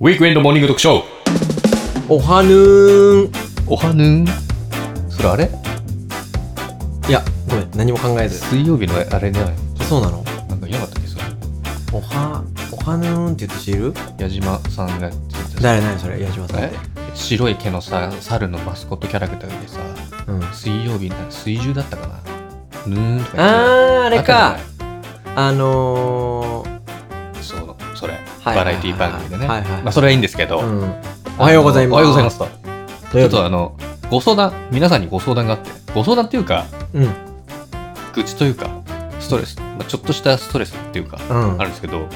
ウィークエンドモーニング特集おはぬーんおはぬんそれあれいやごめん何も考えず水曜日のあれじゃないそうなのなんか言わなかったっけそれおはおはぬーんって言って知る矢島さんがやってた誰何それ矢島さんっえて白い毛のさ猿のマスコットキャラクターでさうん水曜日な水獣だったかなぬーんとか言ってあーああれかったじあのゃないそうそれ、はいバラエティ番組でね、はいはいはいまあ、それはいいんですけど、ー、うん、おはようございますおはようございますと土ちょ曜っ日とあのご相談皆さんにご相談があってご相談っていうかうん愚痴というかストレス、まあ、ちょっとしたストレスっていうかうんあるんですけど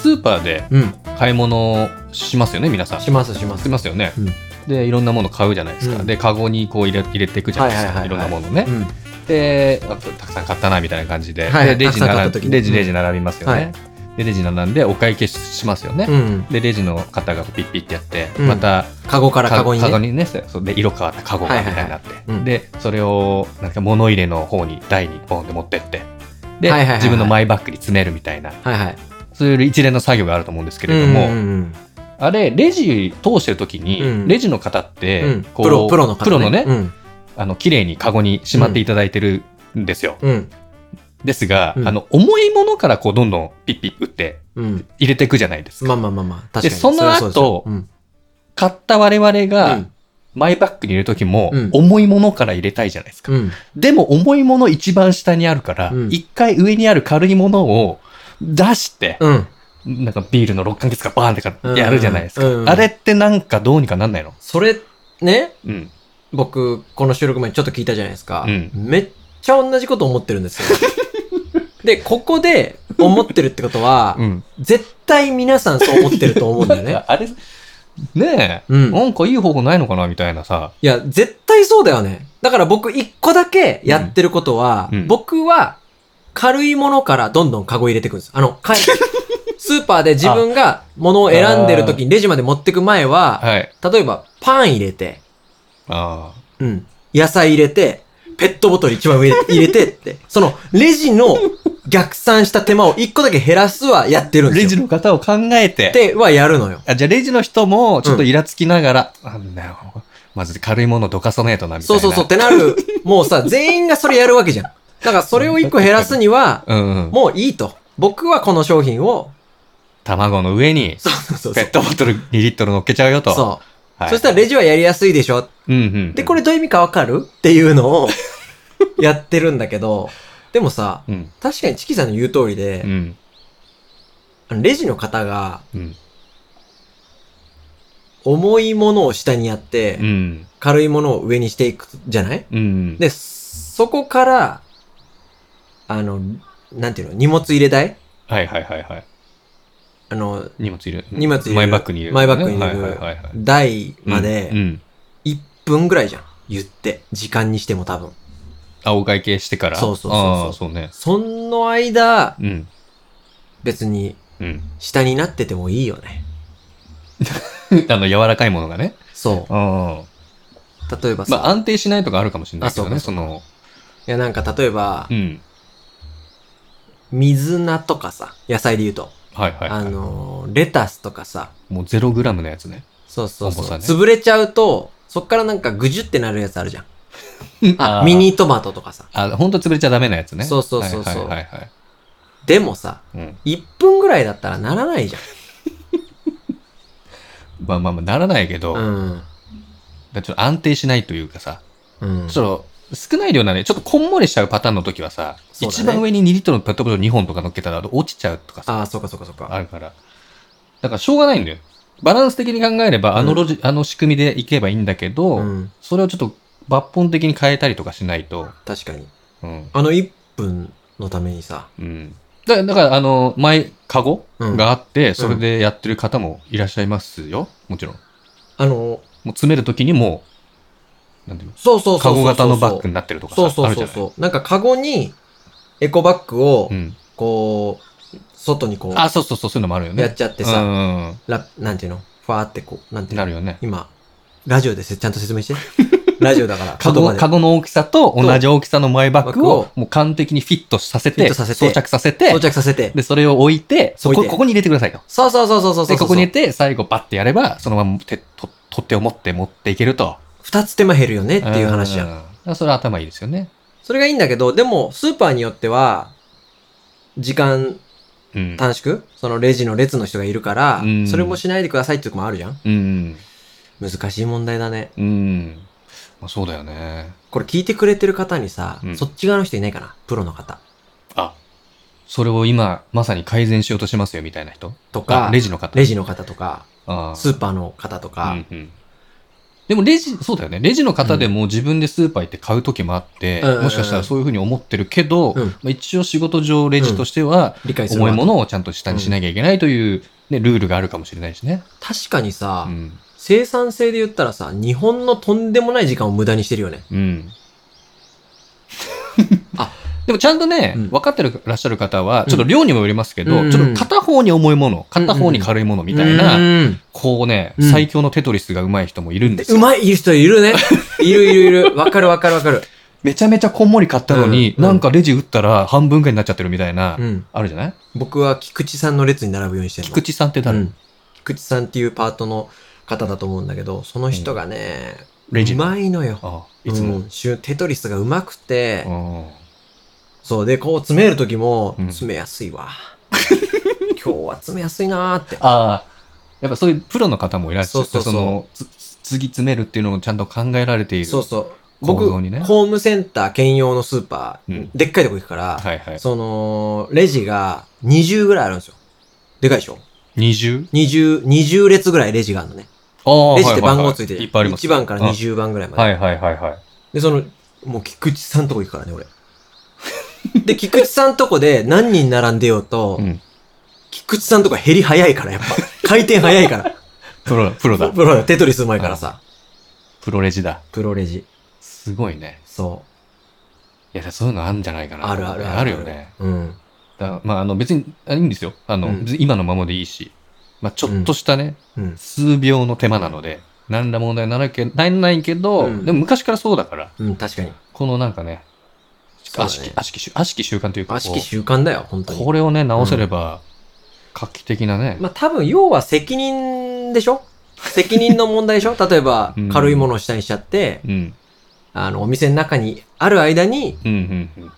スーパーでうん買い物しますよね皆さんしますしましすますよね、うんでいろんなもの買うじゃないですか、うんでカゴにこう入れ入れていくじゃないですか、はいいはいはいはいろんなものね、うんであたくさん買ったなみたいな感じで,、はいはいでレジたくさん買っ並た時びにレジレジ並びますよね、はいでレジ並んでお会計しますよね、うんでレジの方がピッピッてやって、うんまたカゴからカゴにねそうで色変わったカゴがみたいになって、いはいうんでそれをなんか物入れの方に台にポンって持ってってで、はいはいはいはい自分のマイバッグに詰めるみたいなはいはいそういう一連の作業があると思うんですけれども、うんうんあれ、レジ通してるときに、うんレジの方っうんうんて、こうプロプロの方プロのね、うんあの、綺麗にカゴにしまっていただいてるんですよ。うんですが、うんあの、重いものからこう、どんどんピッピッ打ってうん入れていくじゃないですか。まあまあまあまあ確かにでそのれはうですよ後うん買った我々うがん、マイバッグに入れるときも、うん重いものから入れたいじゃないですか。うんでも、重いもの一番下にあるからう、ん一、回上にある軽いものを出して、うんなんかビールの6ヶ月かバーンってかやるじゃないですか。うんうんあれってなんかどうにかなんないのそれねうん。僕、この収録前にちょっと聞いたじゃないですか。うんめっちゃ同じこと思ってるんですよ。 で、ここで思ってるってことは、うん。絶対皆さんそう思ってると思うんだよいね や。あれ、ねえ、うんなんかいい方法ないのかなみたいなさ。いや、絶対そうだよね。だから僕、一個だけやってることは、うんうん僕は、軽いものからどんどんカゴ入れていくんです。あの、 かいスーパーで自分が物を選んでる時にレジまで持ってく前は、はい。例えばパン入れて、あうん。野菜入れて、ペットボトル一番上に入れてって、その、レジの逆算した手間を一個だけ減らすはやってるあ。んでレすジのよ。方を考えて。ってはやるのよ。あじゃあレジの人も、ちょっとイラつきながら、あんなよ、まず軽いものどかさねえとな、みたいそうな。そうそうっ。てなる、もうさ、全員がそれやるわけじゃん。だからそれを一個減らすには、うん、うん。もういいと。僕はこの商品を、卵の上に、そうそうそうペそッ。トうボトル2リットル乗っけちゃうよと。そはう。いそしたらレジはやりやすいでしょ。うんうん。で、これどういう意味かわかるっていうのを、やってるんだけど、でもさ、うん。確かにチキさんの言う通りうで、ん。あのレジの方が、うん。重いものを下にやって、うん。軽いものを上にしていくじゃないうん。で、そこから、あの、なんていうの、荷物入れ台はいはいはいはい。あの、荷物いる。荷物入れるマイバッグに入れる。マイバッグに入はれいるはいはいはい。台まうんうで、ん。 1分ぐらいじゃん。言って。時間にしても多分。あ、お会計してから。そうそうそうそうああそうね。その間、うん。別に、うん。下になっててもいいよね。あの、柔らかいものがね。そうん。う。例えばさ、まあ、安定しないとかあるかもしれないけどね、あその、いやなんか例えばう、ん。水菜とかさ、野菜で言うと、はいはい、はあい。の、レタスとかさ、もうゼログラムのやつね。そうそうそう重、さね潰れちゃうと、そっからなんかぐじゅってなるやつあるじゃん。あ、ミ。ニトマトとかさ。あ、ほんと潰れちゃダメなやつね。そうそうそうそはいはういはい、はい。でもさ、うん。 1分ぐらいだったらならないじまあまあまあ、ならないけど、ゃだかん。らちょっと安定しないというかさ、うん。うん。ちょっと少ない量なんで、ちょっとこんもりしちゃうパターンの時はさ、そうだね一番上に2リットルのペットボトル2本とか乗っけたら落ちちゃうとかさ、ああ、そうかそうかそうあか。るから。だからしょうがないんだよ。バランス的に考えれば、あのロジ、あの仕組みでいけばいいんだけど、うん。それをちょっと抜本的に変えたりとかしないと。確かに。うん。あの1分のためにさ。うん。だだから、あの、前、カゴうんがあって、それでやってる方もいらっしゃいますよ。もちろん。もあの、う詰めるときにもう、なんていうのそうそうそうそう。カゴ型のバッグになってるとかさそうそあうるじゃそうないそう。なんかカゴに、エコバッグをう、ん。こう、外にこあ、そうそうそう、そういうのもあるよう、ね。やっちゃってうさ、んうんラなんていうのファーってこう、なんてういん。うなのるよね。 今、ラジオでせちゃんと説明して。ラジオだから、カ言葉ゴで。カゴの大きさと同じ大きさのマイバッグバッグをもう完璧にフィットさせフィッて、トさせて装着させて到、着させて。で、それを置いて、そ置いこてここに入れてくださいと。そうそうそうそうそうそう。で、ここに入れて、最後バッてやれば、そのまま手と取っ手を持って持っていけると。二つ手間減るよねっていう話やん。だからそれは頭いいですよね。それがいいんだけど、でも、スーパーによっては、時間うん。短縮そのレジの列の人がいるからう、んそれもしないでくださいってとこもあるじゃんうん。難しい問題だね。うん。まあ、そうだよね。これ聞いてくれてる方にさ、うんそっち側の人いないかなプロの方。あ、それを今、まさに改善しようとしますよ、みたいな人とあか、レジの方。レジの方とか、あースーパーの方とか、うんうんでもレジ、そうだよね。レジの方でも自分でスーパー行って買う時もあって、うんうんうんもしかしたらそういうふうに思ってるけど、うんまあ、一応仕事上レジとしては、理解する重いもののをちゃんと下にしなきゃいけないという、ね、ルールがあるかもしれないしね。確かにさう、ん。生産性で言ったらさ、日本のとんでもない時間を無駄にしてるよね。うん。あでもちゃんとね、うん分かってるらっしゃる方はう、んちょっと量にもよりますけど、うんうんちょっと片方に重いもの、片方に軽いものみたいな、うんこうね、うん最強のテトリスが上手い人もいるんですうよ。まい、いる人いるね。いるいるいる。わかるわかるわかる。めちゃめちゃこんもり買ったのに、うんなんかレジ打ったら半分ぐらいになっちゃってるみたいな、うん。あるじゃない僕は菊池さんの列に並ぶようにしてるの。菊池さんって誰、うん菊池さんっていうパートの方だと思うんだけど、その人がね、レジうまいのよ。あいつも。うんシュテトリスがうまくて、うんそうで、こう詰めるときも、うん詰めやすいわ。 今日は詰めやすいなーって。ああ、やっぱそういうプロの方もいらっしゃって、そそうそうそうの、つ次詰めるっていうのをちゃんと考えられている。そうそう。構僕、造にねホームセンター兼用のスーパー、うんでっかいとこ行くから、はいはい。その、レジが20ぐらいあるんですよ。でかいでしょ 20? ?20、20列ぐらいレジがあるのね。ああレジって番号ついてはる。いっぱいあります。 1番から20番ぐらいまうんで。はいはいはいはい。で、その、もう菊池さんとこ行くからね、俺。 で、菊池さんとこで何人並んでようと、うん菊池さんとこ減り早いから、やっぱ。回転早いから。プロ、プロだ。プロだ、テトリス うまいからさ。プロレジだ。プロレジ。すごいね。そいや、そういうのあるんじゃないかう。な。あるあるあるよね。。うん。だからまあ、あの、別に、あいいんですよ。あの、うん別に今のままでいいし。まあ、ちょっとしたね、うん。数秒の手間なので、何ら問題にならけないないけど、うんでも昔からそうだから、うん、確かに。このなんかね、そう悪だしきね、悪しき習悪しき習慣というか、悪しこきう習慣だよ、本当に。これをね、直せれば、画期的なね。まあ、多分、要は責任でしょ責任の問題で しょ例えばうん、軽いものを下にしちゃって、うん。あの、お店の中にある間に、うん、うん、うん。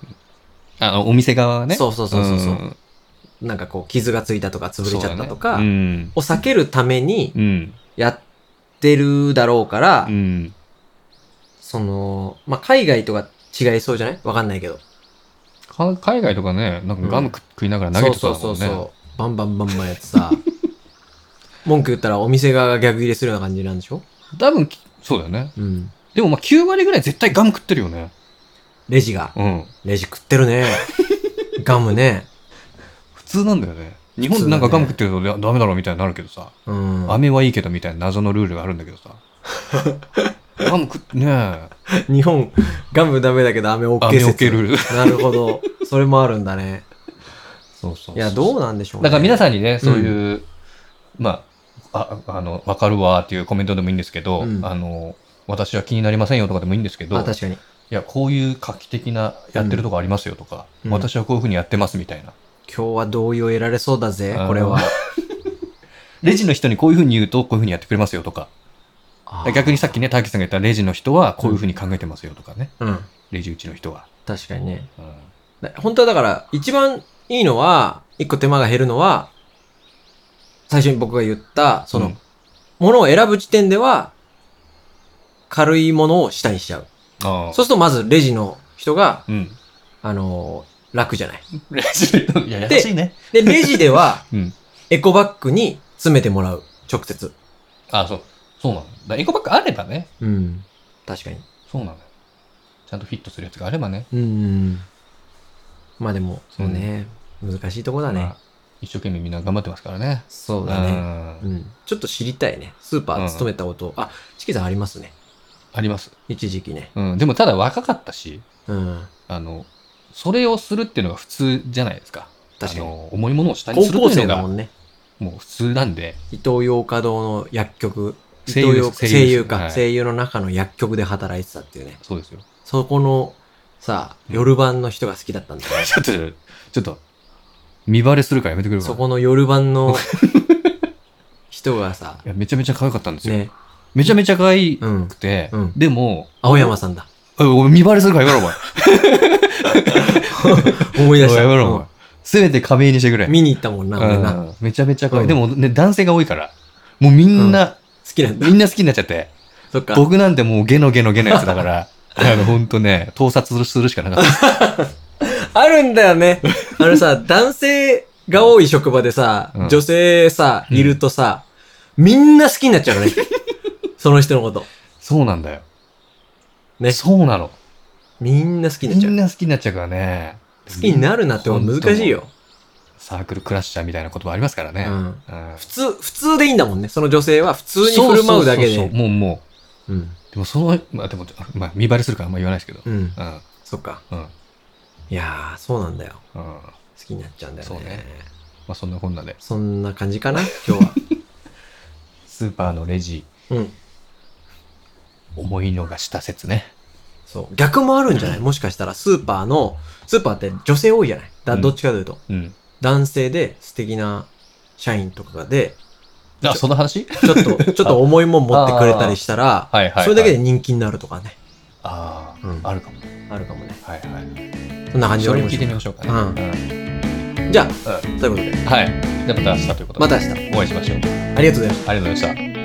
あの、お店側はね。そうそうそうそうそうんなんかこう、傷がついたとか、潰れちゃったとか、そうだねを避けるためにうん。うん。やってるだろうから、うん。その、まあ、海外とは違いそうじゃないわかんないけど。か海外とかね、なんかガム食食いながら投げてたそもうんね。そうそうそう。バンバンバンバンやってさ、 文句言ったらお店側が逆入れするような感じなんでしょ多分、そうだよね。うん。でもまあ9割ぐらい絶対ガム食ってるよね。レジが。うん。レジ食ってるね。 ガムね。普通なんだよね。日本でなんかガム食ってるとダメだろみたいになるけどさ。うん。飴はいいけどみたいな謎のルールがあるんだけどさ。ガム食って、ねえ。日本、ガムダメだけど飴 OK 飴説。をけるルール。なるほど。それもあるんだね。そうそうそういや、どうなんでしょうね。だから皆ん、さんにね、そういう、まあ、あ、あの、わかるわっていうコメントでもいいんですけど、うんあの、私は気になりませんよとかでもいいんですけど、あ、確かに。いや、こういう画期的なやってるとこありますよとか、うん私はこういうふうにやってますみたいな。今日は同意を得られそうだぜ、これは。レジの人にこういうふうに言うと、こういうふうにやってくれますよとか、あー逆にさっきね、滝さんが言ったレジの人はこういうふうに考えてますよとかね、うん。レジ打ちの人は。確かにね。うんね本当はだから、一番いいのは、一個手間が減るのは、最初に僕が言った、その、うんものを選ぶ時点では、軽いものを下にしちゃう。ああそうすると、まずレジの人が、うん。あのー楽じゃない。レジの人、いや、で優しいね。、で、レジではうん。エコバッグに詰めてもらう。直接。ああ、そう。そうなの。だからエコバッグあればね、うん。確かに。そうなのよ。ちゃんとフィットするやつがあればね。うん。まあでも、そうね。難しいとこだね。まあ一生懸命みんな頑張ってますからね。そうう。だね。うんん。ちょっと知りたいね。スーパー勤めたこと、あ、チキさんありますね。あります。一時期ね。うん。でもただ若かったし、うん。あの、それをするっていうのが普通じゃないですか。確かあに。の重いものを下に高するとい校う生のだがもんね。もう普通なんで、伊東洋華堂の薬局伊藤洋声声優優か、はい声優の中の薬局で働いてたっていうね。そう ですよ。そこの、さ、夜番の人が好きだったんだよね。ちょっと、ちょっと、見バレするからやめてくれるそこの夜 番の人がさ、いや、めちゃめちゃ可愛かったんですよ。ね、めちゃめちゃ可愛うくん。て、うんでも、青山さんだ。おいおい見バレするからやめろ、 思いお出前。しおいた。やめろ、お前。すべて仮名にしてくれ。うん見に行ったもんな、俺な。うんめちゃめちゃ可愛い。うんでもね、男性が多いから、もうみんな、好きなんだ。みんな好きになっちゃって、そっか。僕なんてもうゲノゲノゲのやつだ から、あの、ほんとね、盗撮するしかなかった。あるんだよ ね。あのさ、男性が多い職場でさ、うん女性さ、うんいるとさ、みんな好きになっちゃうね。 その人のこと。そうなんだよ。ねそうなの。みんな好きにみなっちゃんう。な好きになっちゃうからね。好きになるなっても難しいよ。サークルクラッシャーみたいな言葉ありますからうね。ん。うん普通、普通でいいんだもんね。その女性は普通に振る舞うだけそそそそで。もうもうん。う。でもその、まあでも、あまあ見バレするからあんま言わないですけど。うん。うん。そっか。うん。うん。いやー、そうなんだよ。ま好きになっちゃうんだよね。そうねあそんなこんなで。そんな感じかな、今日は。スーパーのレジ、うん。思いのがした説ね。そう。逆もあるん じゃないもしかしたら、スーパーの、スーパーって女性多いじゃないだうんどっちかというと。うん。男性で素敵な社員とかで、あ、その話ちょっ と、ちょっと重いもん持ってくれたりしたら、はいはいはい。それだけで。人気になるとかね。ああ、うんあるかもね。あるかもね。はいはい。そんな感じでそ終れわをり聞いてましみょましょうかね。うんんう。じゃあ、うということはで、い。じゃあまた明日ということで。また明日、お会いしましょう。ありがとうございました。ありがとうございました。